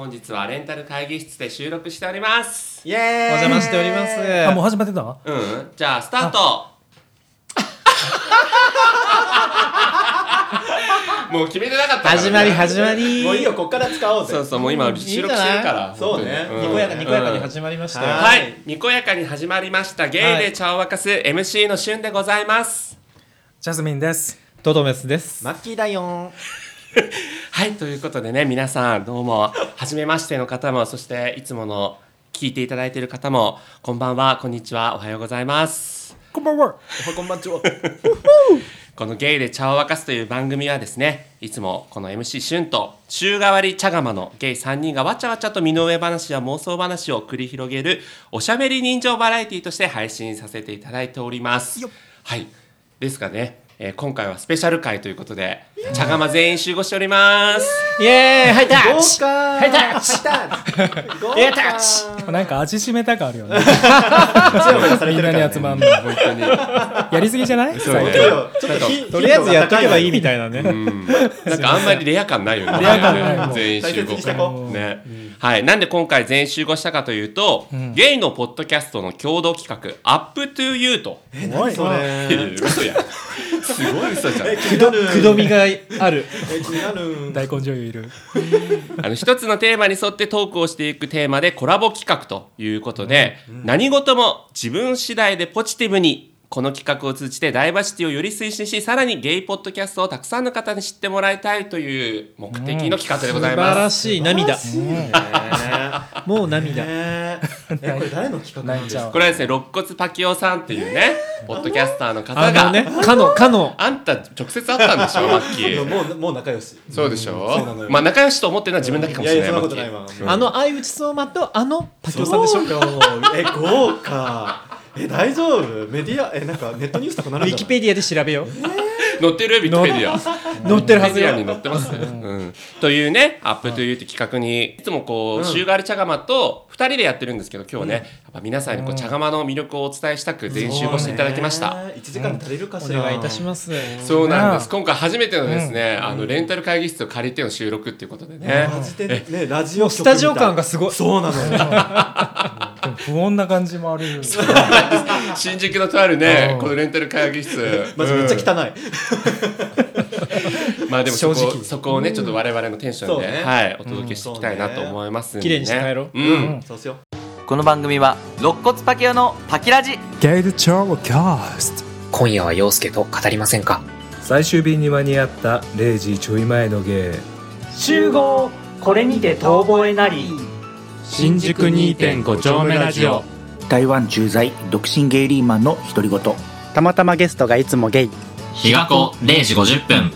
本日はレンタル会議室で収録しておりますイエーおイ邪魔しておりますあ、もう始まってたうんうんじゃあスタート もう決めてなかったからね始まり始まりもういいよ、こっから使おうぜ。そうそうもう今収録してるからそうね本当にこやかにこやかにうん始まりましたうんよははいいにこやかに始まりましたゲイで茶を沸かす MC の旬でございますジャスミンです。トドメスですマッキーだよはいということでね皆さんどうも初めましての方もそしていつもの聞いていただいている方もこんばんはこんにちはおはようございますこんばんは。おはこんばんちはこの「ゲイで茶を沸かす」という番組はですねいつもこの MC シュンと週替わり茶釜のゲイ3人がわちゃわちゃと身の上話や妄想話を繰り広げるおしゃべり人情バラエティとして配信させていただいておりますよっ。はいですかね、えー今回はスペシャル回ということで茶釜全員集合しております。イエーイハイタ豪ッチ華ハイタッチ豪華イエーイタッチなんか味しめた感あるよね。みんなに集まんの。本当にやりすぎじゃないそうね最近ちょっととりあえずやっとけばいいみたいなねなんかあんまりレア感ないよね。 レア感ないもん全員集合大切にしてこうね、はい。なんで今回全員集合したかというと、ゲイのポッドキャストの共同企画、アップトゥーユーと。すごいそね。いれやいや嘘や。すごい嘘じゃん。気にくどなるくどみがあるえ気になる大根女優いる。あの一つのテーマに沿ってトークをしていくテーマでコラボ企画ということで、何事も自分次第でポジティブにこの企画を通じてダイバーシティをより推進しさらにゲイポッドキャストをたくさんの方に知ってもらいたいという目的の企画でご素ざい晴まらす。しい涙ねもう涙 ええこれ誰の企画ななんんでちすかゃうこ。れはですね肋骨パキオさんっていうねポッドキャスターの方あがあ,、のねかのかのんた直接会ったんでしょマッキーもうもう仲良しそうでしそうなのょよまあ仲良しと思ってるのは自分だけかもしれないやいやマッそんなキことないーわうんあの相内相馬とあのパキオさんでしょそうよえ豪華え大丈夫メディアえなんかネットニュースとかなウるんィだキペディアで調べよう載ってるよビッグペディア載ってるはずよに載ってます、うん、というね「アップトゥーユー」って企画にいつもこう週替わり茶釜と2人でやってるんですけど今日ねやっぱ皆さんにこう茶釜の魅力をお伝えしたく全員集合していただきました。 1時間足りるかおしら願いいたしますそうなんです今回初めてのですね、あのレンタル会議室を借りての収録っていうことでね、マジでねラジオスタジオ感がすごいそうなのよ不穏な感じもある。新宿のとあるねうんこのレンタル会議室 マジめっちゃ汚いまあでもそこ正直そこをねちょっと我々のテンションで、そうねはい、お届けしていきたいなと思いますんで、ね綺麗にして帰ろううんそうしよこの番組は肋骨パケオのパキラジゲイルチャーキャスト。今夜は陽介と語りませんか最終便に間に合った0時ちょい前の芸集合これにて遠吠えなり新宿2.5丁目ラジオ台湾駐在独身ゲイリーマンの独り言たまたまゲストがいつもゲイ日が子0時50分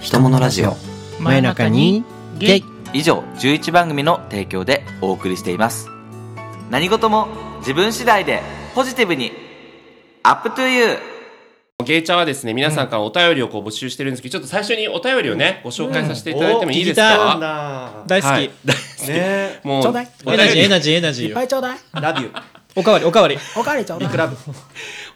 人物ラジオ真夜中にゲイ以上11番組の提供でお送りしています何事も自分次第でポジティブにアップトゥユーゲイチャはですね皆さんからお便りをこう募集してるんですけどちょっと最初にお便りをねご紹介させていただいてもいいですうんか、うなんだ大好はきい大ねもうちょうだいおエナジーエ便りナジーエナジーよいちょうだい。ラビューおかわりおかわりおかわりちょうだい。クラブ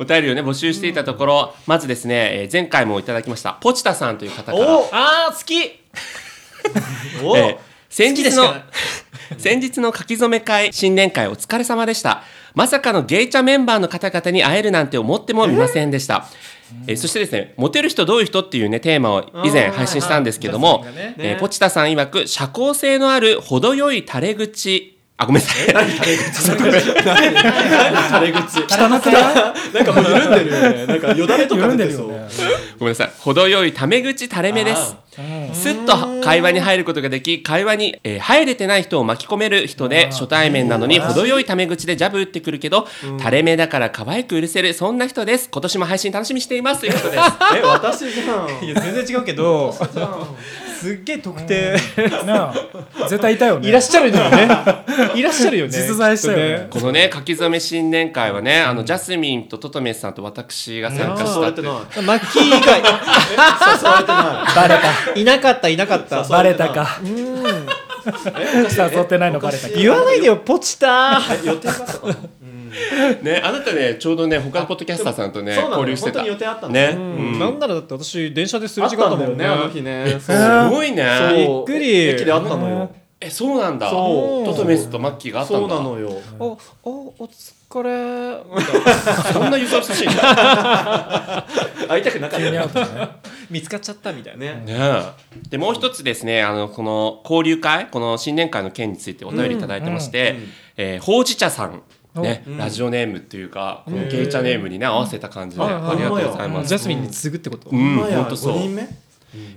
お便りをね募集していたところまずですね、えー前回もいただきましたポチタさんという方から、おあー好きおおえー先好きで日しかのない 先日の書き初め会新年会お疲れ様でしたまさかのゲイチャメンバーの方々に会えるなんて思ってもみませんでした、えーそしてですねモテる人どういう人っていうねテーマを以前配信したんですけども、ジャスミンがねえーポチタさん曰く社交性のある程よい垂れ口あごめんなさい垂れ口汚くないなんかもう緩んでるよね。なんかよだれとか緩ん出でてるそ う。よね。ごめんなさい程よいタメ口垂れ目ですすっと会話に入ることができ会話に、えー入れてない人を巻き込める人で初対面なのに程よいタメ口でジャブ打ってくるけど垂れ目だから可愛く許せるそんな人です今年も配信楽しみにしてい ますということですえ、私じゃん。いや全然違うけどすっげえ特定なあ。絶対いたよね。いらっしゃるよ ねいらっしゃるよね実在したよねこのね書き初め新年会はねあのジャスミンとトトメスさんと私が参加し誘たわっれてていうない。きっとねマッキー以外誘われてない。バレたいなかったいなかったそうバレたか。誘ってないのバレたか。言わないでよポチターえ予定があったかな。ねあなたねちょうどね他のポッドキャスターさんとねそうなの交流して本当たに予定あったのね、うんなんならだって私電車ですれあ違っったたんだもよんね、ねあの日ね。すごいねびっくり駅であったのよ。えそうなんだそうトトメスとマッキーがあったんだそうなのよおおお疲れそんな揺さぶさしいんだ会いたくなかったよ見つかっちゃったみたいなねねえでもう一つですねあのこの交流会この新年会の件についてお便りいただいてまして、えーほうじ茶さんね、おうんラジオネームっていうか、このゲイチャネームにね合わせた感じで、うんありがとうございます。ジャスミンに次ぐってこと、うん、今や本当そう五。人目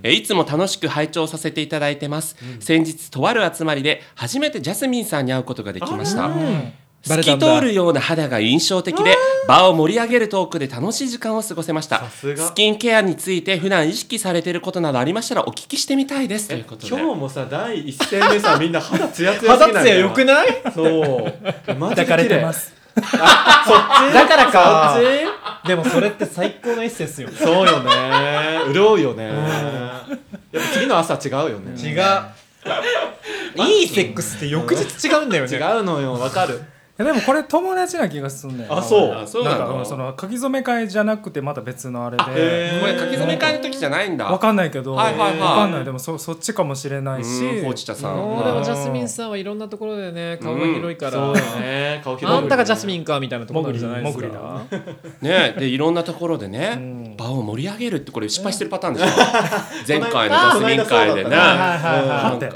えーいつも楽しく拝聴させていただいてます、先日とある集まりで初めてジャスミンさんに会うことができました透き通るような肌が印象的で場を盛り上げるトークで楽しい時間を過ごせましたさすがスキンケアについて普段意識されていることなどありましたらお聞きしてみたいですということで今日もさ第一戦目さみんな肌ツヤツヤ肌すぎツヤ良くないいそうマジで抱綺かれて麗ますだからかそっでもそれって最高のエッセンスよちそうよね潤うよねやっぱ次の朝違うよね違ういいセックスって翌日違うんだよ違ねうのよわかるいやでもこれ友達な気がするんだよあそうあそうななんのかうんその書き初め会じゃなくてまた別のあれでこれ書き初め会の時じゃないんだわかんないけどはわいはいはいかんないでもそそっちかもしれないしうんほうじ茶さんううんんでもジャスミンさんはいろんなところでね顔が広いから、そうよね顔広いあんたがジャスミンかみたいなところあるじゃないですかもぐりもねでいろんなところでね、場を盛り上げるってこれ失敗してるパターンでしょ 前回のジャスミン会でねこの間そうだなったねんって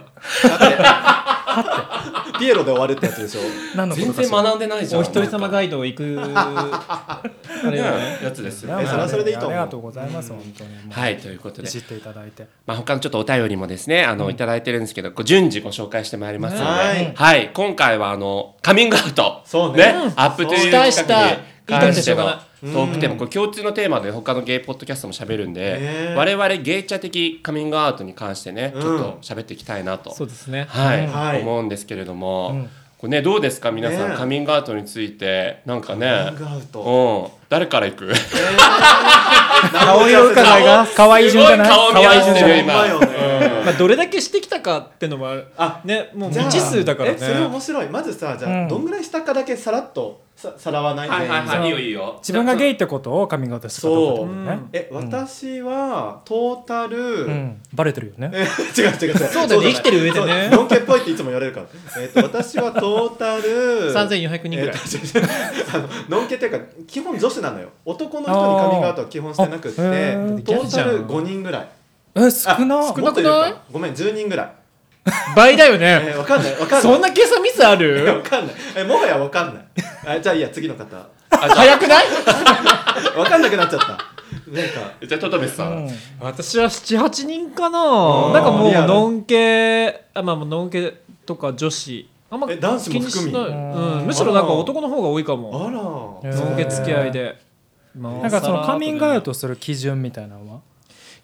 かピエロで終わるってやつでしょ何のこと全かし然ら学んでないじゃんお一人様ガイドを行くあれよねねやつですよいねやそれはそれでいいと思うありがとうございます本当にもうはいということいでじっていただいてまあ、他のちょっとお便りもですね、あの、いただいてるんですけど、こう順次ご紹介してまいりますので、ははいい、今回はあの、カミングアウト。そうねうんアップという期待した企画に関しての言いたくトークテーマ、これ共通のテーマで他のゲイポッドキャストも喋るんで、ね我々ゲイチャ的カミングアウトに関してね、うんちょっと喋っていきたいなと、そうですねはい、はい思うんですけれども、これね、どうですか皆さん、ねカミングアウトについて、なんかねカミン、グアウトうん、誰から行く顔色伺いが可愛い順じゃないすごい顔見合わせてる今。可愛い順じゃないまあ、どれだけしてきたかってのもあるあねもうじゃあ未知数だからねえそれ面白いまずさじゃあ、うんどんぐらいしたかだけさらっとささらわないはいはいはい、全いい員よいいよ。自分がゲイってことをカミングアウトしたかどうかってことねえ私はトータル、うんバレてるよね違う違う違うそうだよね生きてる上でねそうノンケっぽいっていつも言われるからえっと私はトータ ル3400人えぐらいー違う違うあ ののんけっていうか基本女子なのよ男の人にカミングアウトは基本してなくってトあーへーータル5人ぐらいえ少なもっと少なくない言うかごめん10人ぐらい倍だよねえーわかんないわかんないそんな計算ミスあい やるわかんないえもはやわかんないあじゃあいいや次の方早くないわかんなくなっちゃったなんかじゃあ、トトベスさん。私は78人かなーなんかもうリアルノンケあまあもうノンケとか女子あんまえ男子も気にしない含うん、むしろなんか男の方が多いかあらもへーノンケ付き合いでななんかそのカミングアウトする基準みたいなのは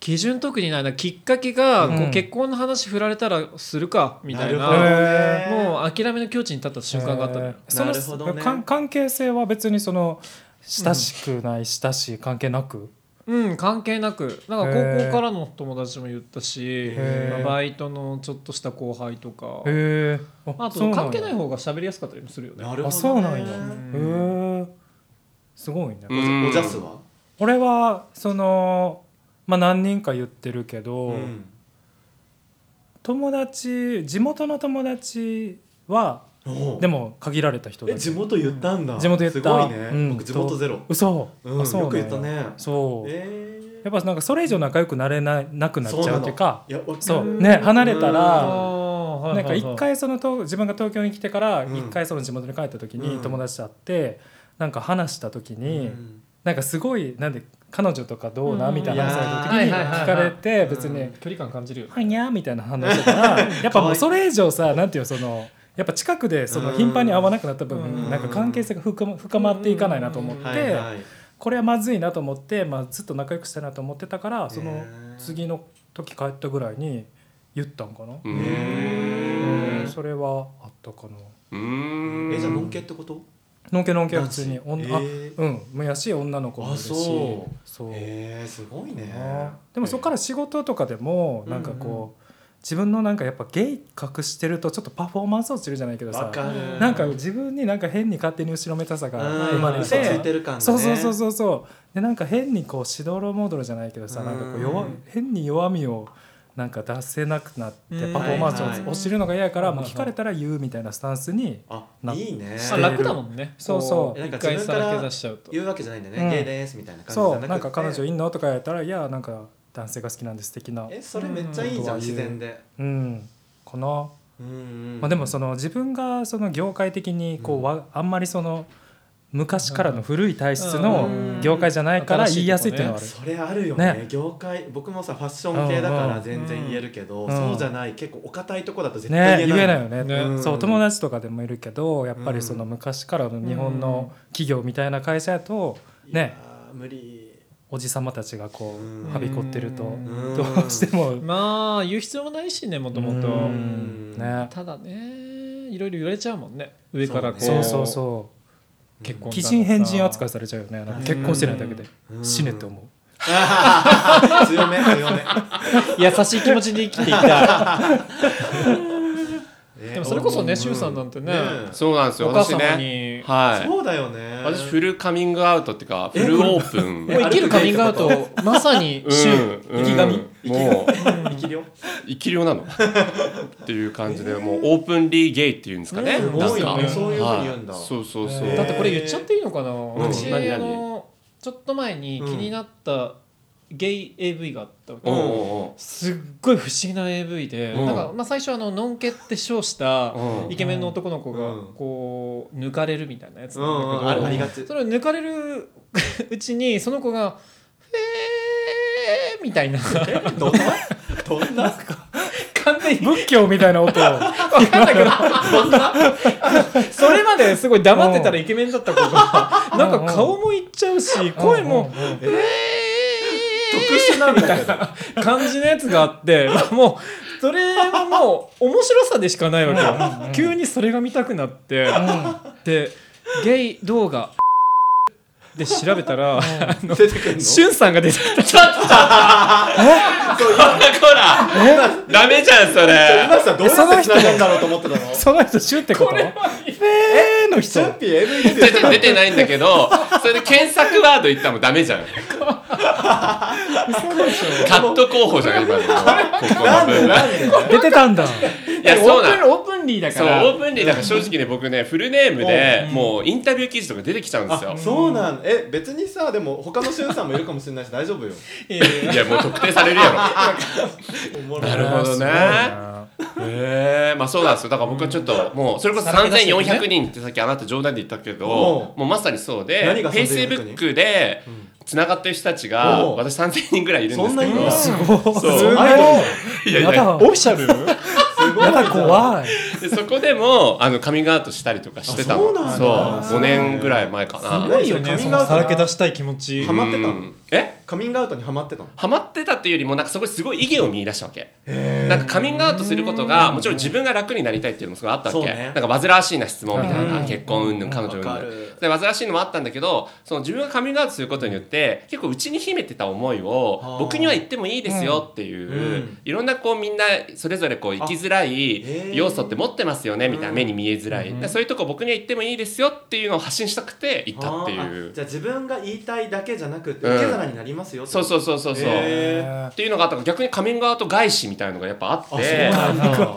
基準特にないなきっかけが、うんこう結婚の話振られたらするかみたいななるほどねもう諦めの境地に立った瞬間があったのよ、そなのるほどねかん関係性は別にその親しくない親しい関係なくうん関係なくなんかへー高校からの友達も言ったし、へーまあバイトのちょっとした後輩とか、へえあと関係ない方が喋りやすかったりもするよねなるほど、ね、あそうなうんやんへえすごいねうんおじゃすは、俺はそのまあ何人か言ってるけど、うん友達地元の友達はおうでも限られた人だえけ地元言ったんだ地元言ったすごいね、うん僕地元ゼロ、嘘、うん、あそうよく言なんやったねそう、えー、やっぱなんかそれ以上仲良くなれななくなっちゃうっていうかいやわかるそうね離れたあらーはいはいなんかはい一回そのと自分が東京に来てからうん一回その地元に帰った時うにん友達と会ってなんか話した時うにんなんかすごいなんで彼女とかどうなうんみたいな話された時いにやーはいはいはい聞かれて別うにん距離感感じるよ「はにゃ」みたいな話だから やっぱもうそれ以上さなんていうのそのやっぱ近くでその頻繁に会わなくなったう分んなんか関係性が深ま深まっていかないなと思っはいてはいこれはまずいなと思ってまあずっと仲良くしたいなと思ってたからその次の時帰ったぐらいに言ったんかな。うんうんそれはあったかな。うーんえじゃあのんけってことのんけのんけは普通に女、男子えあうんもやし女の子もいるしあそうそうえー、すごいねでもそこから仕事とかでもなんかこう、うん自分のなんかやっぱゲイ隠してるとちょっとパフォーマンス落ちるじゃないけどわさかるなんか自分になんか変に勝手に後ろめたさが生まれうんて嘘ついてる感ねそうそうそうそうそうでなんか変にこうしどろもどろじゃないけどさ、うんなんかこう弱変に弱みをなんか出せなくなってうんパフォーマンスをはいはい落ちるのが嫌やからはいもはうい聞かれたら言うみたいなスタンスになあいいねしてるあ楽だもんねそうそこううなんか自分から一回さらけ出しちゃうと言うわけじゃないんだねゲイですみたいな感じじゃなそくうてなんか彼女いんのとかやったらいやなんか男性が好きなんです的なえそれめっちゃいいじゃんうん自然でうんかなうんうんまあ、でもその自分がその業界的にこうわあんまりその昔からの古い体質の業界じゃないから言いやすいっていうのはある、それあるよね業界僕もさファッション系だから全然言えるけど、うんそうじゃない結構お堅いとこだと絶ね対言言ええなないいよねんそう友達とかでもいるけどやっぱりその昔からの日本の企業みたいな会社やとね無理おじさまたちがこうはびこってるとんどうしてもまあ言う必要もないしねもともとうんねただねいろいろ言われちゃうもんね上からこうそうそうそう結婚鬼人変人扱いされちゃうよねなんか結婚してないだけでうん死ねって思うあー強め強 め優しい気持ちで生きていたいねでもそれこそうんね柊さんなんてね そうなんですよお母私様にねはいそうだよね私フルカミングアウトっていうかフルオープンもう生きるカミングア ウトまさにうん柊うん生き神 もう生き量生き量なのっていう感じでもうオープンリーゲイっていうんですかねうんなんすごいよねかそういうふうに言うんだはいそうそうそうだってこれ言っちゃっていいのかな、私何何あのちょっと前に気になったゲイ AV があったわけ、うんうんうんすっごい不思議な AV で、うんなんかまあ、最初あのノンケって称したうんイケメンの男の子がこう抜かれるみたいなやつなんだけど、うんうんあるありがちそれを抜かれる うちにその子が「えー」みたいなどんなどんな完全に仏教みたいな音を分かんないけどそれまですごい黙ってたらイケメンだった子がなんか顔もいっちゃうし 声も「えー特殊なみたいな感じのやつがあ ってまあもうそれはもう面白さでしかないわけよ急にそれが見たくなってでゲイ動画で調べたらあのしゅんさんが出てきたちょっとダメじゃんそれ皆さんどうやって繋がるんだろうと思ってた のその人シュってことえーの人ピー AV 出て出て出てないんだけどそれで検索ワード言ったらもうダメじゃんカット候補じゃん今のここの部分出てたんだいやそうなのオープンリーだからそうオープンリーだから正直ね僕ねフルネームでもうインタビュー記事とか出てきちゃうんですよあそうなんえ別にさでも他のしゅんさんもいるかもしれないし大丈夫よいやもう特定されるやろ おもろいなるほどねええまあそうなんですよだから僕はちょっともうそれこそ3400人ってさっきあなた冗談で言ったけどもうまさにそうで何が Facebook でつながってる人たちがおう私3000人ぐらいいるんですけそんなにどすごいそうアイドいやいやフィシャルやだ怖いでそこでもあのカミングアウトしたりとかしてたのあそうなんだそう5年ぐらい前かなすごいよねそそののさらけ出したい気持ちハマってたうのんえカミングアウトにハマってたのハマってたっていうよりもなんかそこにすごい意義を見出したわけなんかカミングアウトすることがもちろん自分が楽になりたいっていうのもすごいあったそうわけ、ねなんか煩わしいな質問みたいうんな結婚うんぬん彼女うんぬわかんるで煩わしいのもあったんだけどその自分がカミングアウトすることによって結構うちに秘めてた思いをー僕には言ってもいいですよっていう、うんいろんなこうみんなそれぞれこう生きづらい要素って持ってますよねみたいな目に見えづらい、でそういうとこ僕には言ってもいいですよっていうのを発信したくて行ったっていうあじゃあ自分が言いたいだけじゃなくてうん受け皿になりますよってそうそうそうそうそう、へっていうのがあったから逆にカミングアウト外資みたいのがやっぱあってあそうなんだ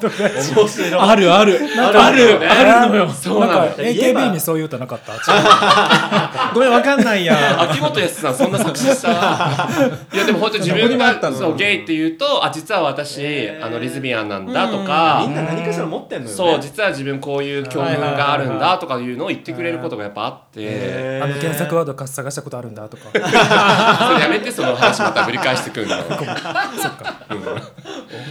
面白いあるあるなんかあるあるのよそうなのなんか AKB にそういう歌なかったあごめんわかんないや秋元康さんそんな作詞した いやでも本当に自分がそうゲイって言うとあ実は私、あのリズビアンなんだとか、みんな何かしら持ってんのよねそう実は自分こういう境遇があるんだとかいうのを言ってくれることがやっぱあっての検索ワードか探したことあるんだ とかそれやめてその話また繰り返してくるの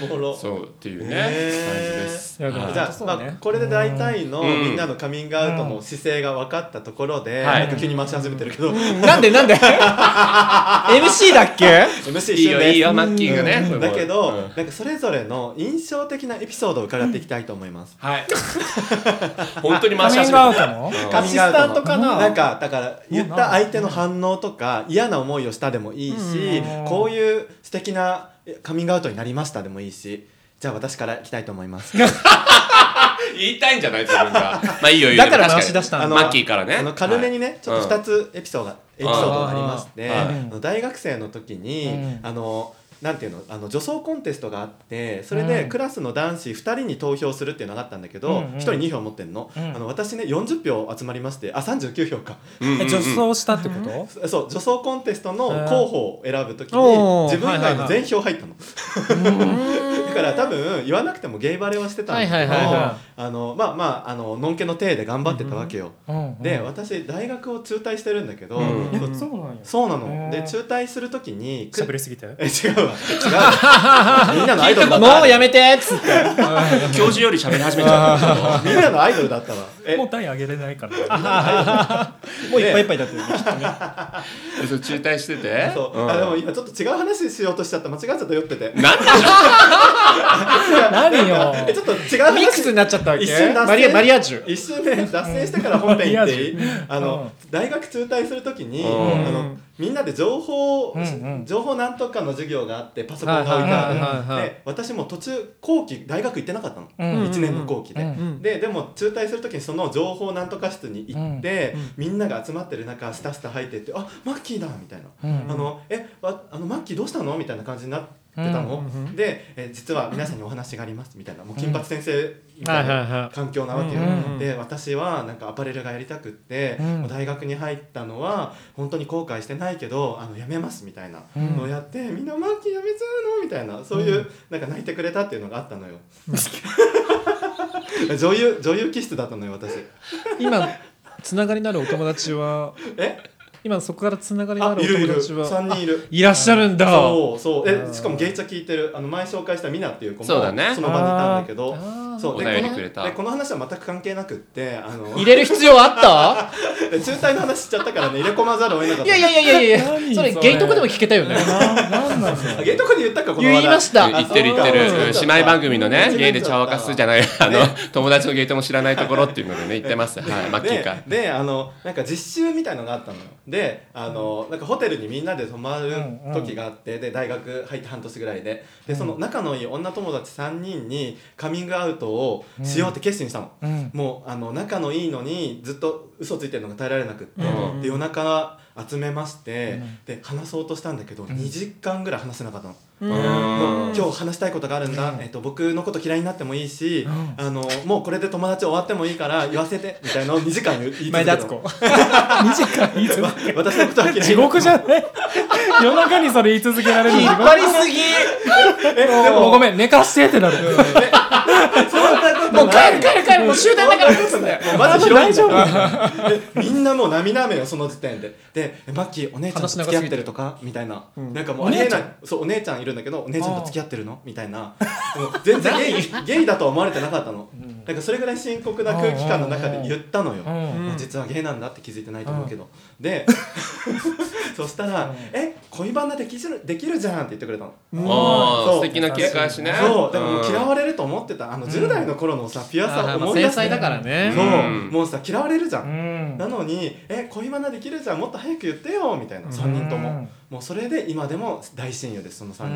おもろそうっていうね感じへーですじゃはいあ、まあ、これで大体のうんみんなのカミングアウトの姿勢が分かったところで、はいなんか急に回し始めてるけど、 なんで なんで MC だっけ MC いい一緒よですいいよマッキーがねうんだけど、うんなんかそれぞれの印象的なエピソードを伺っていきたいと思います、はい。 本当に回しカミ始ングアウめトた。のうんカミングアウアシスタントかななんかだから言った相手の反応とか嫌な思いをしたでもいいし、こういう素敵なカミングアウトになりましたでもいいしじゃあ私からいきたいと思います言いたいんじゃない自分が。まあいいよいいよ。だから回し出した確かんにだマッキーからね。あの軽めにね、ちょっと2つエピソードが、エピソードがありましてあーあの大学生の時に、あのなんていうのあの女装コンテストがあってそれでうんクラスの男子2人に投票するっていうのがあったんだけうど、んうん1人2票持ってんの,、うんあの私ね40票集まりましてあ39票か、え女装したってこと、そう女装コンテストのへー候補を選ぶときにおー自分以外はいはいはのい全票入ったの だから多分言わなくてもゲイバレはしてたんだはけいどはいはいはいあのまあまああののんけの体で頑張ってたわけよ、うんうんで私大学を中退してるんだけど、うんそうえそうなんやそうなへのーで中退するときにく喋りすぎてえ違うわ違うみんなのアイドルだったもうやめてっつって教授より喋り始めちゃったみんなのアイドルだったわもう単位上げれないからもういっぱいいっぱいだったえそれ中退しててそう、うんあでも今ちょっと違う話しようとしちゃった間違っちゃった酔って てなんで何よちょっと違う話ミックスになっちゃったわけ一瞬脱線マリアマリアージュ一瞬ね脱線してから本編行っていいマリアージュあの、大学中退するときに、うんあのみんなで情報、うんうん情報なんとかの授業があってパソコンが置いてはいはいはいあはるいで私もう途中後期大学行ってなかったの、うん1年の後期で、うんででも中退するときにその情報なんとか室に行って、みんなが集まってる中スタスタ入ってって「あマッキーだ」みたいな。うんあのえわあのマッキーどうしたのみたいな感じになってたの、うんうんうんでえ実は皆さんにお話がありますみたいなもう金髪先生みたいはいはいはない環境なわけよ、うんうんうんで私はなんかアパレルがやりたくって、うんもう大学に入ったのは本当に後悔してないけどあのやめますみたいなうんのをやって、みんなマッキーやめちゃうのみたいなそういう、なんか泣いてくれたっていうのがあったのよ 女優女優気質だったのよ私今つながりのあるお友達はえ今そこからつながりのああるいるいお友る達は3人いるあいらっしゃるんだそうそうあーえしかもゲイチャ聞いてるあの前紹介したミナっていう子もそうだねその場にいたんだけどそうお便りこのくれたでこの話は全く関係なくってあの 入れる必要あっで中退の話しちゃったからね入れ込まざるを得なかったいやいやいやいやいや何それゲイトクでも聞けたよねあゲイトクで言ったかこの話言いました言ってる言ってるうん姉妹番組のねゲイで茶を沸かすじゃないあの友達のゲイとも知らないところっていうのでね言ってますはいマッキーかでであのなんか実習みたいのがあったのよであの、なんかホテルにみんなで泊まる時があって、で大学入って半年ぐらいででその仲のいい女友達3人にカミングアウトをしようって決心したの、うんもうあの仲のいいのにずっと嘘ついてるのが耐えられなくって、うんで夜中集めまして、うんで話そうとしたんだけど、2時間ぐらい話せなかったの、うんもう今日話したいことがあるんだ、えっと、僕のこと嫌いになってもいいし、あのもうこれで友達終わってもいいから言わせてみたいなのを2時間言い続けた前田敦の子2時間言い続け私のことは嫌い地獄じゃない夜中にそれ言い続けられるの引っ張りすぎえでもうごめん寝かしてってなるもう帰る帰る帰るもう終電だからもうマジ広いんだよ でみんなもう涙目よその時点ででえマッキーお姉ちゃんと付き合ってるとかみたいな、なんかもうありえないそうお姉ちゃんいるんだけどお姉ちゃんと付き合ってるのみたいなもう全然ゲイゲイだとは思われてなかったの、なんかそれぐらい深刻な空気感の中で言ったのよ、うんまあ実はゲイなんだって気づいてないと思うけど、で そしたら「え恋バナできるできるじゃん」って言ってくれたの。んおーそう素敵な切り返しねそうでももううん嫌われると思ってたあの10代の頃のさピュアあーまさをあ思い出して繊細だからねそう、うんもうさ嫌われるじゃん、なのに「え恋バナできるじゃんもっと早く言ってよ」みたいな3人とも、うんもうそれで今でも大親友ですその3人は。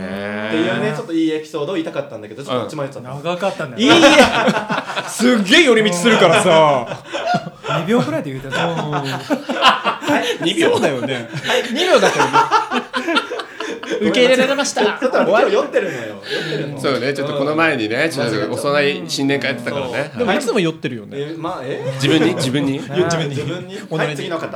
へーっていうねちょっといいエピソードを言いたかったんだけどちょっとこっちまいっちゃった、長かったねいいえすっげえ寄り道するからさ2秒くらいで言うてた2秒だよね2秒だけど受け入れられました ちょっと今日酔ってるのよそうねちょっとこの前にねちょっと幼い新年会やってたからねでもはいいつも酔ってるよねえまあえ自分 に自分に自分に自分にはい次の方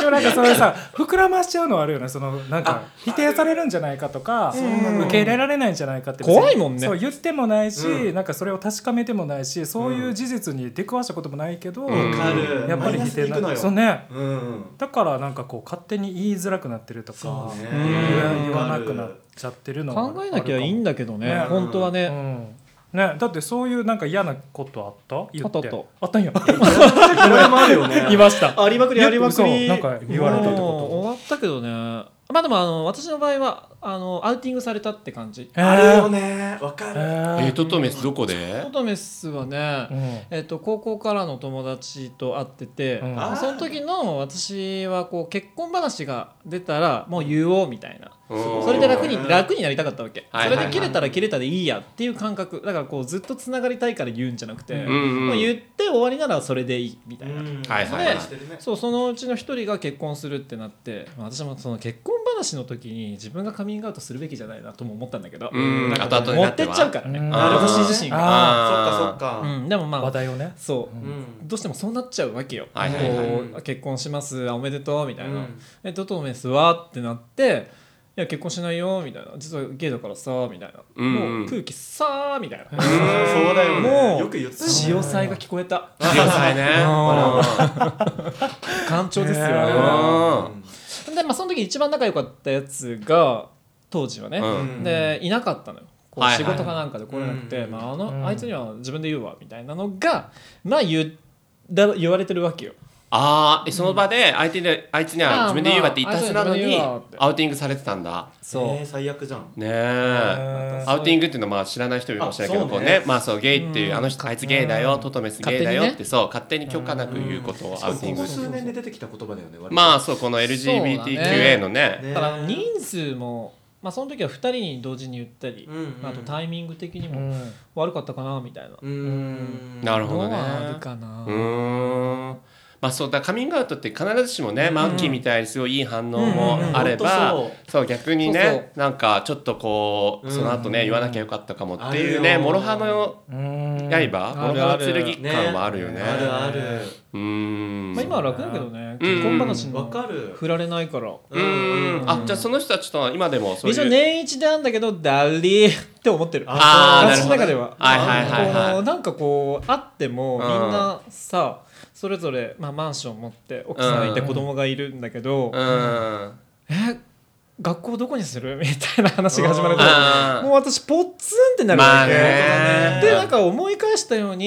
でもなんかそれさ膨らましちゃうのはあるよねそのなんか否定されるんじゃないかとかうん受け入れられないんじゃないかって怖いもんねそう言ってもないし、うなんかそれを確かめてもないしそういう事実に出くわしたこともないけど、わかるやっぱり否定マイナスに行くのなよそうね、うんだからなんかこう勝手に言いづらくなってるとか、そうね言わ言わなくなっちゃってるのはあるか考もえなきゃいいんだけどね本当はね、うんね、だってそういうなんか嫌なことあった言ってあったあっあった んや俺もあるよね言い ましたありまくりありまくそうりなんか言われたってこともう終わったけどねまあでもあの私の場合はあのアウティングされたって感じあるよねわかる、 えートトメスどこでトトメスはね、えっと高校からの友達と会ってて、うんまあその時の私はこう結婚話が出たらもう言おうみたいな、うんそれで楽に楽になりたかったわけ、はいはいはいそれで切れたら切れたでいいやっていう感覚だからこうずっとつながりたいから言うんじゃなくて、うんうんもう言って終わりならそれでいいみたいな、はいはいはいでそうそのうちの一人が結婚するってなってまあ私もその結婚話の時に自分がカミングアウトするべきじゃないなとも思ったんだけど、うんなんか後々に持なっっててはっちゃうからね、うん私自身が。あーそっかそっかうんでもまあ話題をねそう、どうしてもそうなっちゃうわけよ、はいはいはいこう結婚しますあおめでとうみたいな、うんえどとメスはってなっていや結婚しないよみたいな実はゲイだからさみたいな、うんうんもう空気さーみたいな、そうだよねもうよく言ってたね潮騒が聞こえた潮騒ねうん感情ですよ、ねあれはでまあその時一番仲良かったやつが当時はね、うんでいなかったのよこうはいはい仕事かなんかで来れなくて、まあ、あの、うんあいつには自分で言うわみたいなのがまあ言うだ言われてるわけよあーえその場で相手であいつには自分で言うわって言ったはずなのあーまにああいつには自分で言うわってアウティングされてたんだそうえー最悪じゃんねえアウティングっていうのはまあ知らない人いるかもしれないけどあこそううねねまあそうゲイっていううんあの人あいつゲイだよトトメスゲイだよ勝っ手てにそう勝手に許可なく言うことをしアかウもティンこグこす数る年で出てきた言葉だよね割とまあそうこのそうだ LGBTQA のねだから人数も、まあ、その時は2人に同時に言ったり、あとタイミング的にも悪かったかなみたいな、うんなるほどねうあるかなうーんまあそうだカミングアウトって必ずしもね、マンキーみたいにすごいいい反応もあれば、うんうんうんそう逆にねそうそうなんかちょっとこうその後ね、言わなきゃよかったかもっていうねあるよ諸刃の刃あ諸るあ刃のる剣感はあるよねねあるあるうーんまあ、今は楽だけどうねん結婚話にもわかる振られないからうーんあじゃあその人たちとは今でもそうい一応う、年一なんだけどダリー って思ってるあー私の中ではなるほどはいはいはいはいこうなんかこうあってうもんみんなさそれぞれ、まあ、マンション持って奥さんいてうん子供がいるんだけど、うんえ学校どこにする みたいな話が始まるとうんもう私ポッツンってなるわけ、まあねでなんか思い返したように、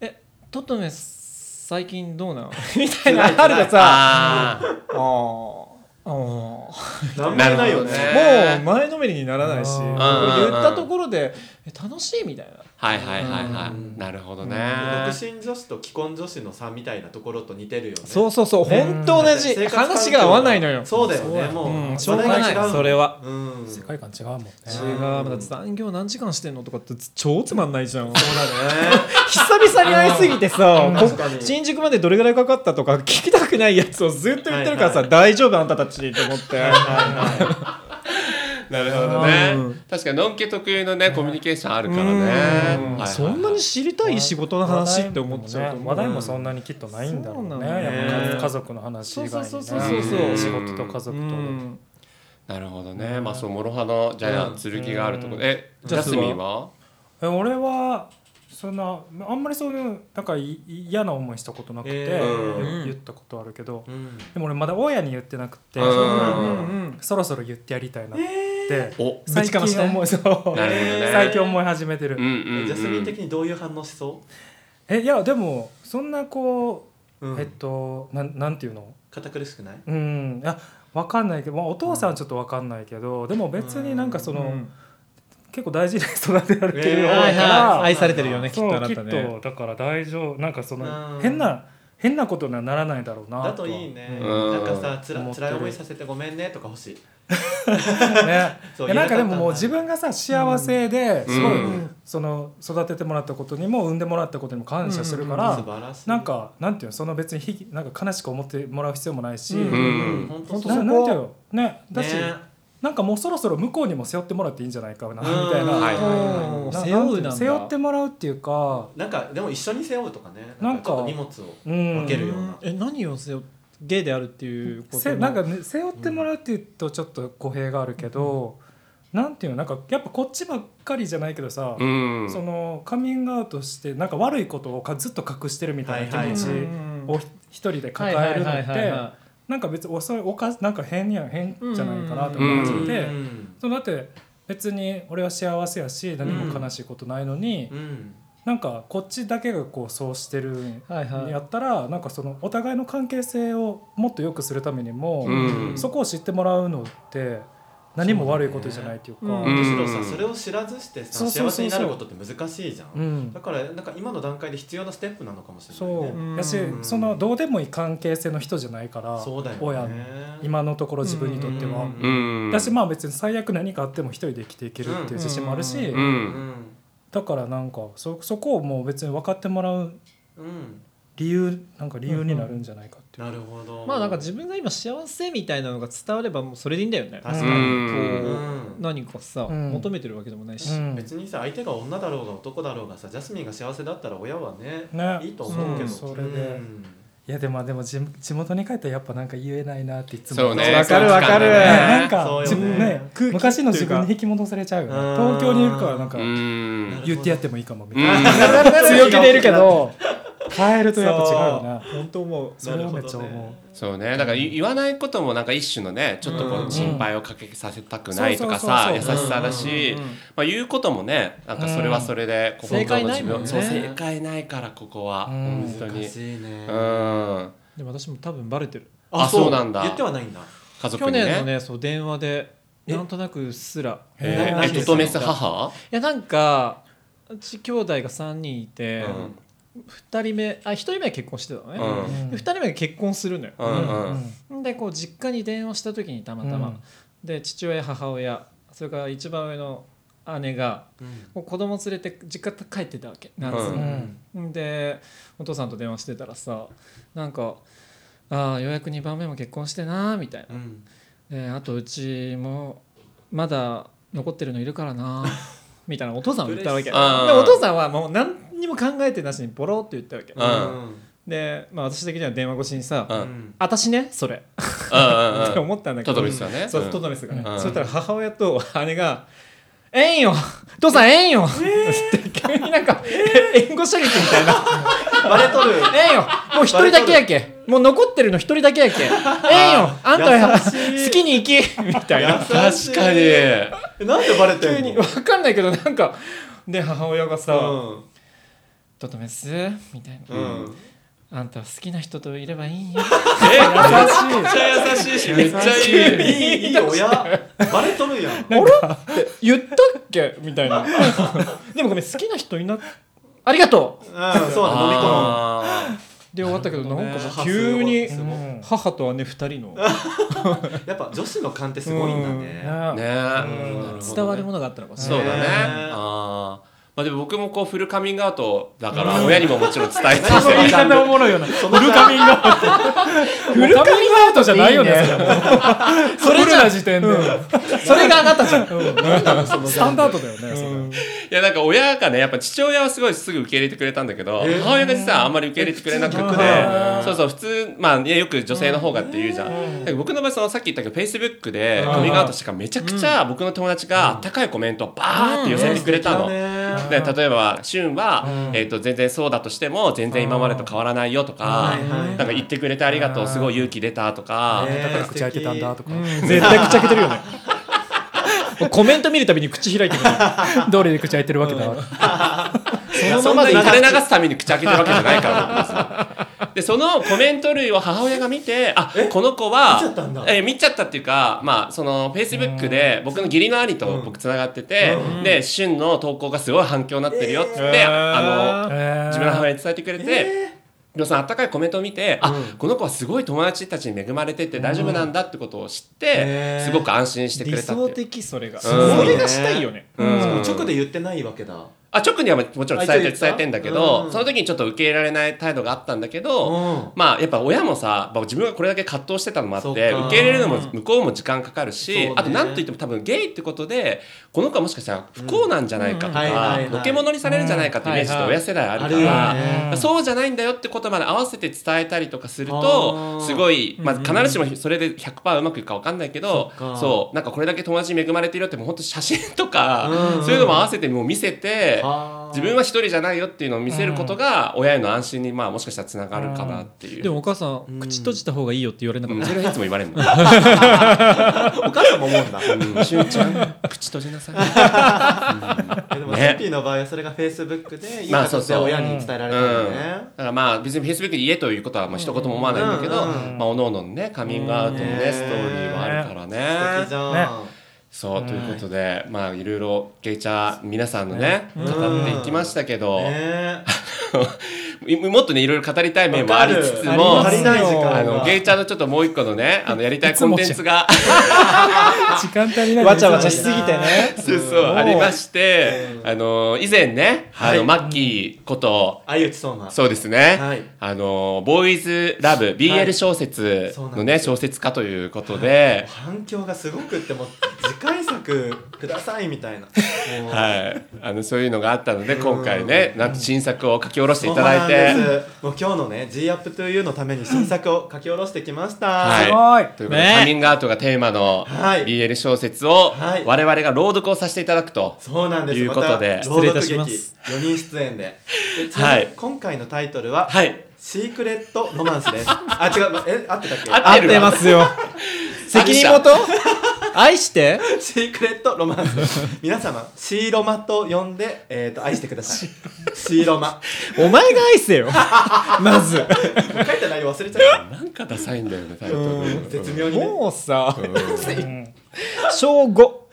えトトメ最近どうなの みたいな あるがさあーあーあーなんもないよねなるほどもう前のめりにならないんし、言ったところで、え楽しいみたいな。はいはいはいはい、なるほどね、独身女子と既婚女子の差みたいなところと似てるよねそうそうそう、ね本当同じ生活環境話が合わないのよ。そうだよねもううんしょうがな話題が違うもい、んそれは。世界観違うもんね違う、だって残業何時間してんのとかって超つまんないじゃん。そうだね。久々に会いすぎてさうん、こ確かに新宿までどれぐらいかかったとか聞きたくないやつをずっと言ってるからさ、大丈夫あんたたちと思って。なるほどね確かにのんけ特有のねコミュニケーションあるからね、はいはいそんなに知りたい仕事の話って思っちゃうと思う話題もそんなにきっとないんだろうねそうなんだよねやっぱ家族の話以外にねそうそうそうそうそう仕事と家族となるほどね、まあそう諸刃のじゃあ剣があるところで、うんジャスミンはえ俺はそんなあんまりそういうなんかい嫌な思いしたことなくて、えー言うん言ったことあるけど、んでも俺まだ親に言ってなくて、うんそろそろ言ってやりたいなって、お最ぶちかまして近思いそう、なるほどね最近思い始めてる、えジャスミン的にどういう反応しそうえいやでもそんなこう、うんえっとなんなんていうの堅苦しくないうんいやわかんないけど、まあ、お父さんはちょっとわかんないけど、でも別になんかその、結構大事に育てられてるえー方だから、はいはい愛されてるよねそきうっとあなたねきっとだから大丈夫なんかその変な変なことにはならないだろうなだととはいいねうんなんかさつら思って辛るい思いさせてごめんねとか欲しい ねそういやなんかでいもらもう自分がさ幸せでうんすごい、うんその育ててもらったことにも産んでもらったことにも感謝するかうんら,、素晴らしいなんかなんていうのその別にひきなんか悲しく思ってもらう必要もないし、うんうん本当そこななんていうのねだし、ねなんかもうそろそろ向こうにも背負ってもらっていいんじゃないかなみたいな,うんな、はいはいはいな背負うなんだていの背負ってもらうっていうかなんかでも一緒に背負うとかねななんんかちかょっと荷物を分けるようなえ何を背負ゲイであるっていうことせのなんか、ね、背負ってもらうっていうとちょっと語弊があるけど、なんていうのなんかやっぱこっちばっかりじゃないけどさ、うんそのカミングアウトしてなんか悪いことをかずっと隠してるみたいな気持ちをひ一人で抱えるのはいっはいはいはいてはなんか別におそれおかなんか変には変じゃないかなとうん思っちゃってうそのだって別に俺は幸せやし何も悲しいことないのに、なんかこっちだけがこうそうしてるんはいはいやったらなんかそのお互いの関係性をもっと良くするためにも、うんそこを知ってもらうのって何も悪いことじゃないっていうか。むしろさそれを知らずしてそさうそうそうそう幸せになることって難しいじゃうんんだからなんか今の段階で必要なステップなのかもしれないそねうやし、うんそのどうでもいい関係性の人じゃないからそうだよね親今のところ自分にとっては、うんだしまあ別に最悪何かあっても一人で生きていけるっていう自信もあるし、うんうんだからなんかそそこをもう別に分かってもらううん理由なんか理由になるんじゃないかっていう、なるほどまあなんか自分が今幸せみたいなのが伝わればもうそれでいいんだよね確かにこうんう何かさ、うん求めてるわけで もないし、別にさ相手が女だろうが男だろうがさジャスミンが幸せだったら親はねねいいと思うけど、んそれで、いやでもでも地地元に帰ったらやっぱなんか言えないなっていつもそうねわそうわかるねなんそうよねか自分ね昔の自分に引き戻されちゃうよね東京にいるからなんか言ってやってもいいかもみたいなうん強気でいるけど帰るとやっぱ違うよねそう本当思うそれはめっちゃ思そうねだからい言わないこともなんか一種のねちょっとこうんう心配をかけさせたくないとかさそう優そうしそうそうさだし、まあ、言うこともねなんかそれはそれでうんこう本当の正解ない自も分んねそう正解ないからここは、うん本当に難しいねうんでも私も多分バレてるあそうなんだ言ってはないんだ家族にね去年のねそう電話でなんとなくうっすらえなんでえっととめす母いやなんかうち兄弟が3人いて、2人目あ1人目は結婚してたのね、うんで2人目が結婚するのよ、うんでこう実家に電話した時にたまたま、うんで父親母親それから一番上の姉が、もう子供連れて実家帰ってたわけ夏に、でお父さんと電話してたらさなんか「ああようやく2番目も結婚してな」みたいな、であとうちもまだ残ってるのいるから なみたいなお父さんは言ったわけで嬉しそうお父さんはもう何にも考えてなしにボロッと言ったわけ、うんで、まあ、私的には電話越しにさ「うん私ねそれ」うんうんうんって 思ったんだけどトドリスはねそううんトドリスがね、うんそしたら母親と姉が「ええんよ父さんええんよ!」って急になんか、援護射撃みたいなバレとるええんよもう一人だけやけもう残ってるの一人だけやけええんよ あんたは好きに生きみたいな優しい確かにえなんでバレてんの急 にわかんないけどなんかで母親がさ「ととめっす」みたいな、うんあんたは好きな人といればいいよえめっちゃ優しいしめっちゃいいいいいい親バレとるやんなんかって言ったっけみたいな でもごめん好きな人いなありがとう、うんそうだ飲み込むあで終わったけどなるほどねなんか急にすごいうん母と姉二人のやっぱ女子の勘ってすごいんだねうんねうん伝わるものがあったのかもしそれうなだいねあーまあでも僕もこうフルカミングアウトだから親にももちろん伝えてその言い方おもろいよなそのフルカミングアウトフルカミングアウトじゃないよねいいねそれフルな時点で、それがあなたじゃんスタンダードだよね、それいやなんか親がねやっぱ父親はすごいすぐ受け入れてくれたんだけど、えー母親が実はあんまり受け入れてくれなくて、えーそうそう普通まあいやよく女性の方がって言うじゃん、だけど僕の場合そのさっき言ったけどフェイスブックでうんカミングアウトしてからめちゃくちゃ僕の友達が高いコメントをバーって寄せてくれたの、うんうんで例えば「しゅんは、えー、と全然そうだとしても全然今までと変わらないよ」とかうん「なんか言ってくれてありがとうすごい勇気出た」とかだから口開けたんだとか、絶対口開けてるよねもうコメント見るたびに口開いてくるどれで口開いてるわけだ、いやそんなに垂れ流すために口開けてるわけじゃないから僕別にでそのコメント類を母親が見てあこの子は見ちゃったんだえ見ちゃったっていうかまあそのフェイスブックで僕の義理の兄と僕つながってて、で旬の投稿がすごい反響になってるよっつって、えーあの、えー自分の母親に伝えてくれて。りょうさんあったかいコメントを見て、あこの子はすごい友達たちに恵まれてて大丈夫なんだってことを知って、えーすごく安心してくれ理たっていう想的それが、すごいねそれがしたいよね、うんしかも直で言ってないわけだあ直にはもちろん伝えてあ一応言った伝えてんだけど、うんその時にちょっと受け入れられない態度があったんだけど、まあやっぱ親もさまあ自分がこれだけ葛藤してたのもあってそっ受かけ入れるのも向こうも時間かかるし、そうねあと何と言っても多分ゲイってことでこの子はもしかしたら不幸なんじゃないかとうんうんはいかはいはいのけ者にされるんじゃないかってイメージって親世代あるかうんはいはいら、あるよねそうじゃないんだよってことまで合わせて伝えたりとかするあとーすごい、まあ、うん必ずしもそれで100%うまくいくか分かんないけどそっかそうなんかこれだけ友達に恵まれてるよってもう本当写真とか、うんうんそういうのも合わせてもう見せて。あ自分は一人じゃないよっていうのを見せることが親への安心にまあもしかしたらつながるかなっていう。でもお母さん、口閉じた方がいいよって言われなかうっんた、それはいつも言われるの。お母さんも思うんだ うんしゅんちゃん、口閉じなさ い。えでも、ねセンピーの場合はそれがフェイスブックでいいまあそう形でそう親に伝えられたうんんだね、だからまあ別にフェイスブックに言えということはまあ一言も思わないんだけど、うんうんまあおのおのねカミングアウトのね、ねストーリーもあるからね。素敵じゃん、そう、うんということでまあいろいろゲイチャー皆さんのねうん語っていきましたけど、ねもっとねいろいろ語りたい面もありつつもわかるありますよ足りない時間があのゲイちゃんのちょっともう一個のねあのやりたいコンテンツ が時間足りないわちゃわちゃしすぎてねそう そうありましてあの以前ねあのマッキーこと相内相馬そうですね、はいあのボーイズラブ BL 小説そうなんですのね、小説家ということで、反響がすごくってもう次回作くださいみ たいなもうはい、あのそういうのがあったので今回ねなんと新作を書き下ろしていただいてそうなんですもう今日のね G アップトゥーユーのために新作を書き下ろしてきました、はい、ということで、ねカミングアウトがテーマのはい BL 小説をはい我々が朗読をさせていただくとそうなんですいうことで、また朗読失礼いたし劇4人出演ででちなみに今回のタイトルは、はいシークレットロマンスですあ違うえ合ってたっ合ってるけわ合ってますよ責任元愛してシークレットロマンス皆様シーロマと呼んで、えー、と愛してくださいシーロマお前が愛せよまず書いた内容忘れちゃうなんかダサいんだよねタイトルうん絶妙にねもうさ小五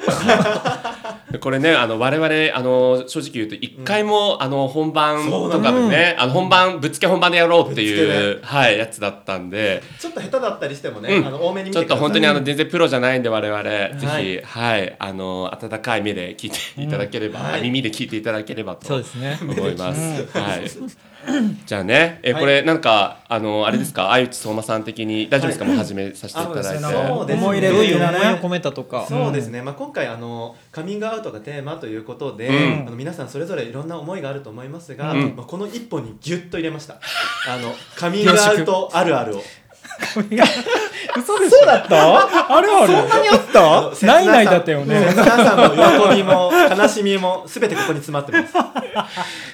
でこれねあの我々あの正直言うと一回も、あの本番そうなとのかでね、あの本番ぶっつけ本番でやろうっていぶう、っはい、やつだったんで、ちょっと下手だったりしてもね、うんあの多めに見ちょてっくだとさい本当にあの全然プロじゃないんで我々、ぜはいひはいあの温かい目で聞いていただければ、はい耳で聞いていただければとそうですね思います。うんはい。じゃあね、えこれなんかあのあれですか、相内相馬さん的に大丈夫ですか、もう始めさせていただいて。あそうですね思い入れどどうういいうう思い思いをを込込めたとかそうですね、まあ、今回あのカミングアウトがテーマということで、うんあの皆さんそれぞれいろんな思いがあると思いますが、うんまあ、この一本にギュッと入れましたあのカミングアウトあるあるをそうだったあれあれそんなにああっのたないないだったよね切なさも喜びも悲しみも全てここに詰まってます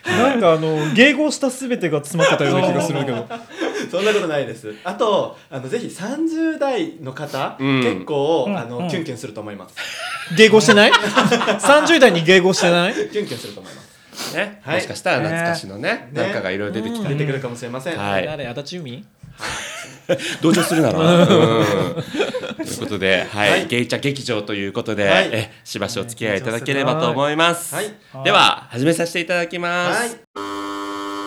なんかあの迎合した全てが詰まってたような気がするけどそんなことないですあとあのぜひ30代の方、うん結構、うんあのうんキュンキュンすると思います 迎合して ない ?30 代に迎合してないキュンキュンすると思いますね、はいもしかしたら懐かしのね、ねなんかがいろいろ出てきた出りてくるかもしれません、はい誰足立海同情するなら。うんということで、はい、はいゲイチャ劇場ということで、はいえしばしお付き合いいただければと思います。はいでは始めさせていただきます。はい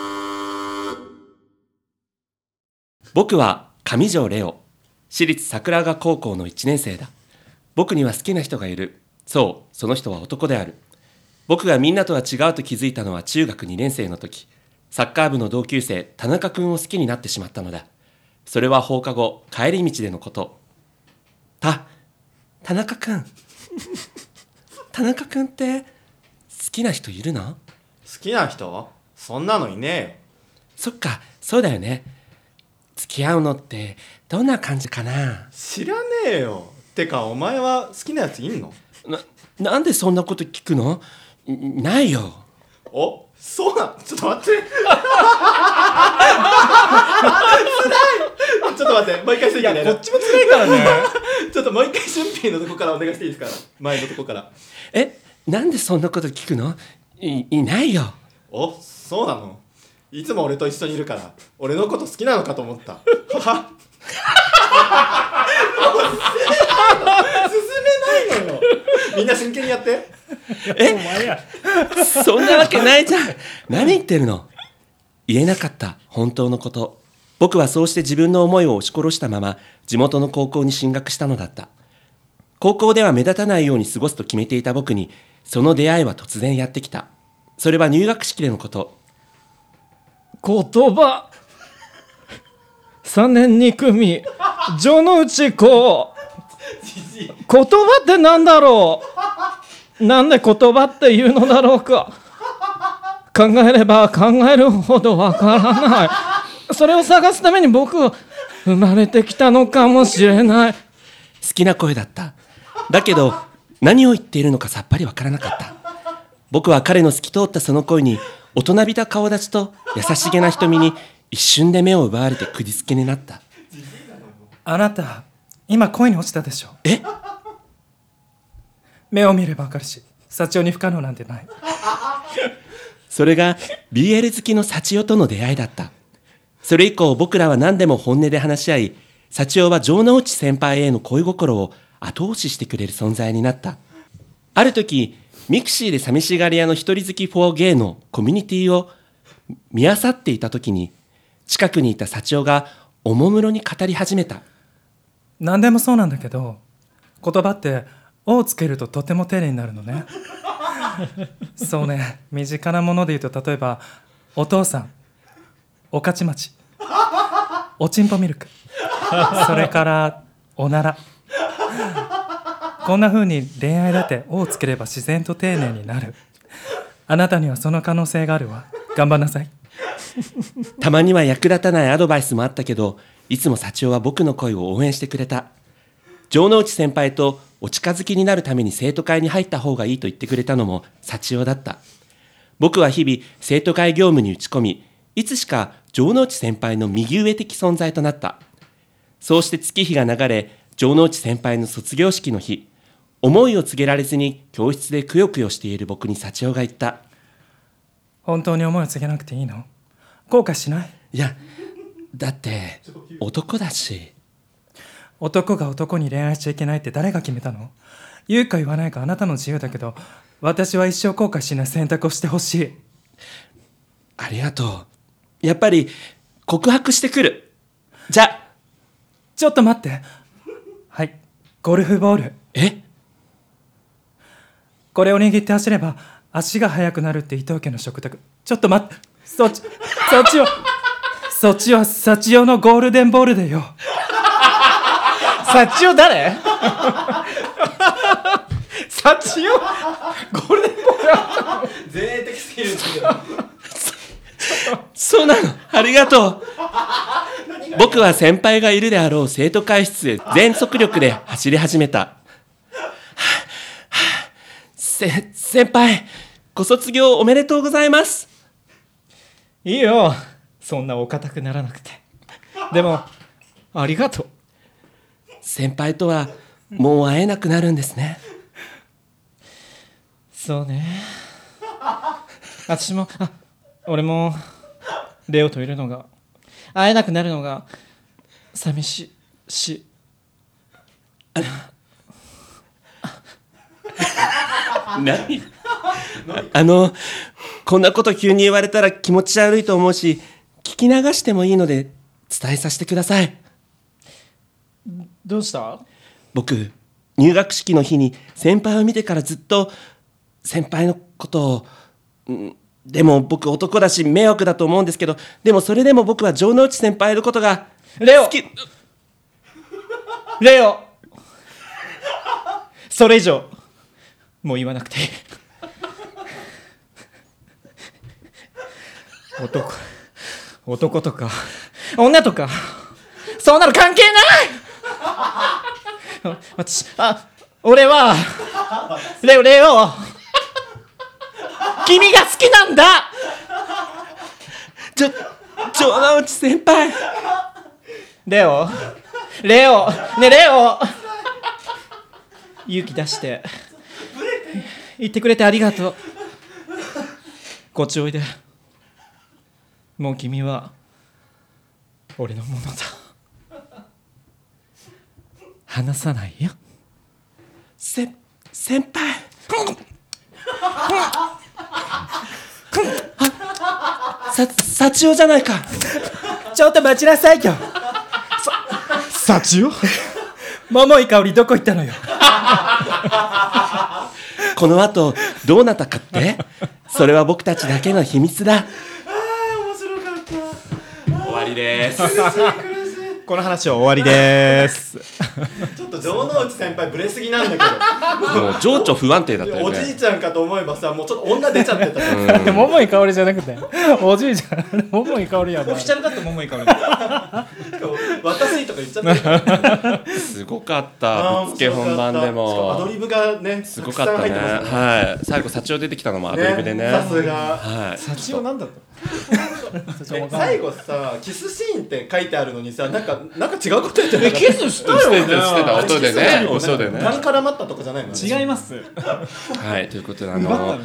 僕は上条レオ私立桜川高校の1年生だ僕には好きな人がいるそうその人は男である僕がみんなとは違うと気づいたのは中学2年生の時サッカー部の同級生田中君を好きになってしまったのだそれは放課後帰り道でのことた田中君 田中君って好きな人いるの好きな人そんなのいねそっかそうだよね付き合うのってどんな感じかなえよ知らねえよてかお前は好きなやついんのななんでそんなこと聞くのんないよおそうなんちょっと待って辛いちょっと待ってもう一回すいやこっちも辛いからね ちょっともう一回俊平のとこからお願いしていいですか前のとこからえなんでそんなこと聞くのいいないよおそうなのいつも俺と一緒にいるから俺のこと好きなのかと思ったはは 進めないの進めないのよみんな真剣にやってお前やそんなわけないじゃん何言ってるの言えなかった本当のこと僕はそうして自分の思いを押し殺したまま地元の高校に進学したのだった高校では目立たないように過ごすと決めていた僕にその出会いは突然やってきたそれは入学式でのこと言葉3年2組城之内子言葉ってなんだろうなんで言葉っていうのだろうか考えれば考えるほどわからないそれを探すために僕は生まれてきたのかもしれない好きな声だっただけど何を言っているのかさっぱりわからなかった僕は彼の透き通ったその声に大人びた顔立ちと優しげな瞳に一瞬で目を奪われて釘付けになったあなた今恋に落ちたでしょえ目を見ればわかるし幸男に不可能なんてないそれが BL 好きの幸代との出会いだった。それ以降僕らは何でも本音で話し合い、幸代は城之内先輩への恋心を後押ししてくれる存在になった。ある時、ミクシーで寂しがり屋の一人好き4ゲイのコミュニティを見漁っていた時に近くにいた幸男がおもむろに語り始めた何でもそうなんだけど言葉って「を」つけるととても丁寧になるのねそうね身近なもので言うと例えば「お父さん」「おかちまち」「おちんぽミルク」それから「おなら」こんな風に恋愛だって「を」つければ自然と丁寧になるあなたにはその可能性があるわ頑張んなさいたまには役立たないアドバイスもあったけどいつも幸男は僕の恋を応援してくれた城之内先輩とお近づきになるために生徒会に入った方がいいと言ってくれたのも幸男だった僕は日々生徒会業務に打ち込みいつしか城之内先輩の右上的存在となったそうして月日が流れ城之内先輩の卒業式の日思いを告げられずに教室でくよくよしている僕に幸男が言った本当に思いを告げなくていいの後悔しないいやだって男だし男が男に恋愛しちゃいけないって誰が決めたの言うか言わないかあなたの自由だけど私は一生後悔しない選択をしてほしいありがとうやっぱり告白してくるじゃちょっと待ってはいゴルフボールえこれを握って走れば足が速くなるって伊藤家の食卓ちょっと待ってそっちそっちをそっちは幸男のゴールデンボールだよ幸男誰幸男ゴールデンボールは前衛的すぎるんだけどそうなのありがとう僕は先輩がいるであろう生徒会室へ全速力で走り始めたはあはあせ先輩ご卒業おめでとうございますいいよそんなお堅くならなくてでもありがとう先輩とはもう会えなくなるんですねそうね私もあ俺もレオといるのが会えなくなるのが寂しいし 何あのこんなこと急に言われたら気持ち悪いと思うし聞き流してもいいので伝えさせてくださいどうした僕入学式の日に先輩を見てからずっと先輩のことをんでも僕男だし迷惑だと思うんですけどでもそれでも僕は城之内先輩のことがレオ好きレオそれ以上もう言わなくていい男男とか女とかそんなの関係ない私あ俺はレオレオ君が好きなんだちょ城之内先輩レオレオねえレオ勇気出して言ってくれてありがとうこっちおいでもう君は俺のものだ話さないよせ先輩さ幸男じゃないかちょっと待ちなさいよさ幸男桃井かおりどこ行ったのよこの後どうなったかってそれは僕たちだけの秘密だ終わりですこの話は終わりですちょっと城之内先輩ブレすぎなんだけどもう情緒不安定だ ったよねおじいちゃんかと思えばさもうちょっと女出ちゃってた桃井かおりじゃなくておじいちゃん桃井かおりやオフィシャルだと桃井かおり私とか言っちゃってすごか ったぶっつけ本番でもアドリブがねすごかったねはい最後幸男出てきたのもアドリブでねさすがはい幸男なんだった最後さキスシーンって書いてあるのにさなんかなんか違うこと言ってなかキスしたよねしてた音でね音でね絡まったとかじゃないの違いますはいということであの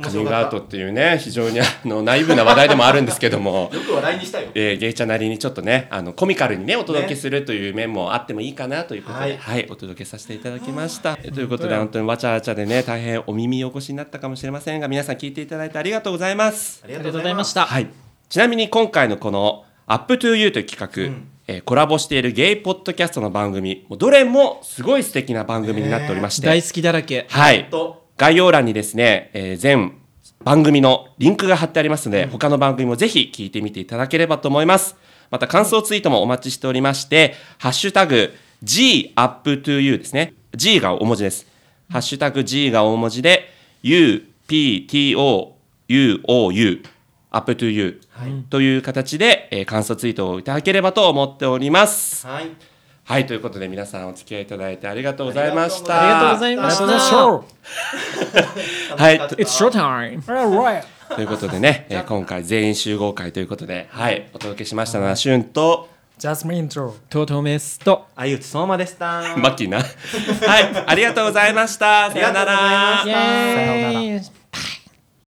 カミングアウトっていうね非常にあのナイーブな話題でもあるんですけどもよく話題にしたよ、えー、ゲイちゃんなりにちょっとねあのコミカルにねお届けするという面もあってもいいかなということで、はいはい、お届けさせていただきましたということで本当にわちゃわちゃでね大変お耳汚しになったかもしれませんが皆さん聞いていただいてありがとうございますありがとうございましたはいちなみに今回のこの「アップトゥーユーという企画、えーコラボしているゲイポッドキャストの番組もうどれもすごい素敵な番組になっておりまして、大好きだらけ。はい。概要欄にですね、えー全番組のリンクが貼ってありますので、他の番組もぜひ聞いてみていただければと思います。また感想ツイートもお待ちしておりまして、ハッシュタグ G up to you ですね。G が大文字です。ハッシュタグ G が大文字で U P T O U O U up to you という形で、えー感想ツイートをいただければと思っております。はい。はい、ということで皆さんお付き合いいただいてありがとうございました。ありがとうございました。はい。 It's show time. Alright. ということでね、えー今回全員集合会ということで、はい、お届けしましたのは、しゅんと、ジャスミンとトトメスとあゆうちそうまでした。 マッキーな。はい、ありがとうございました。さよなら。イエーイ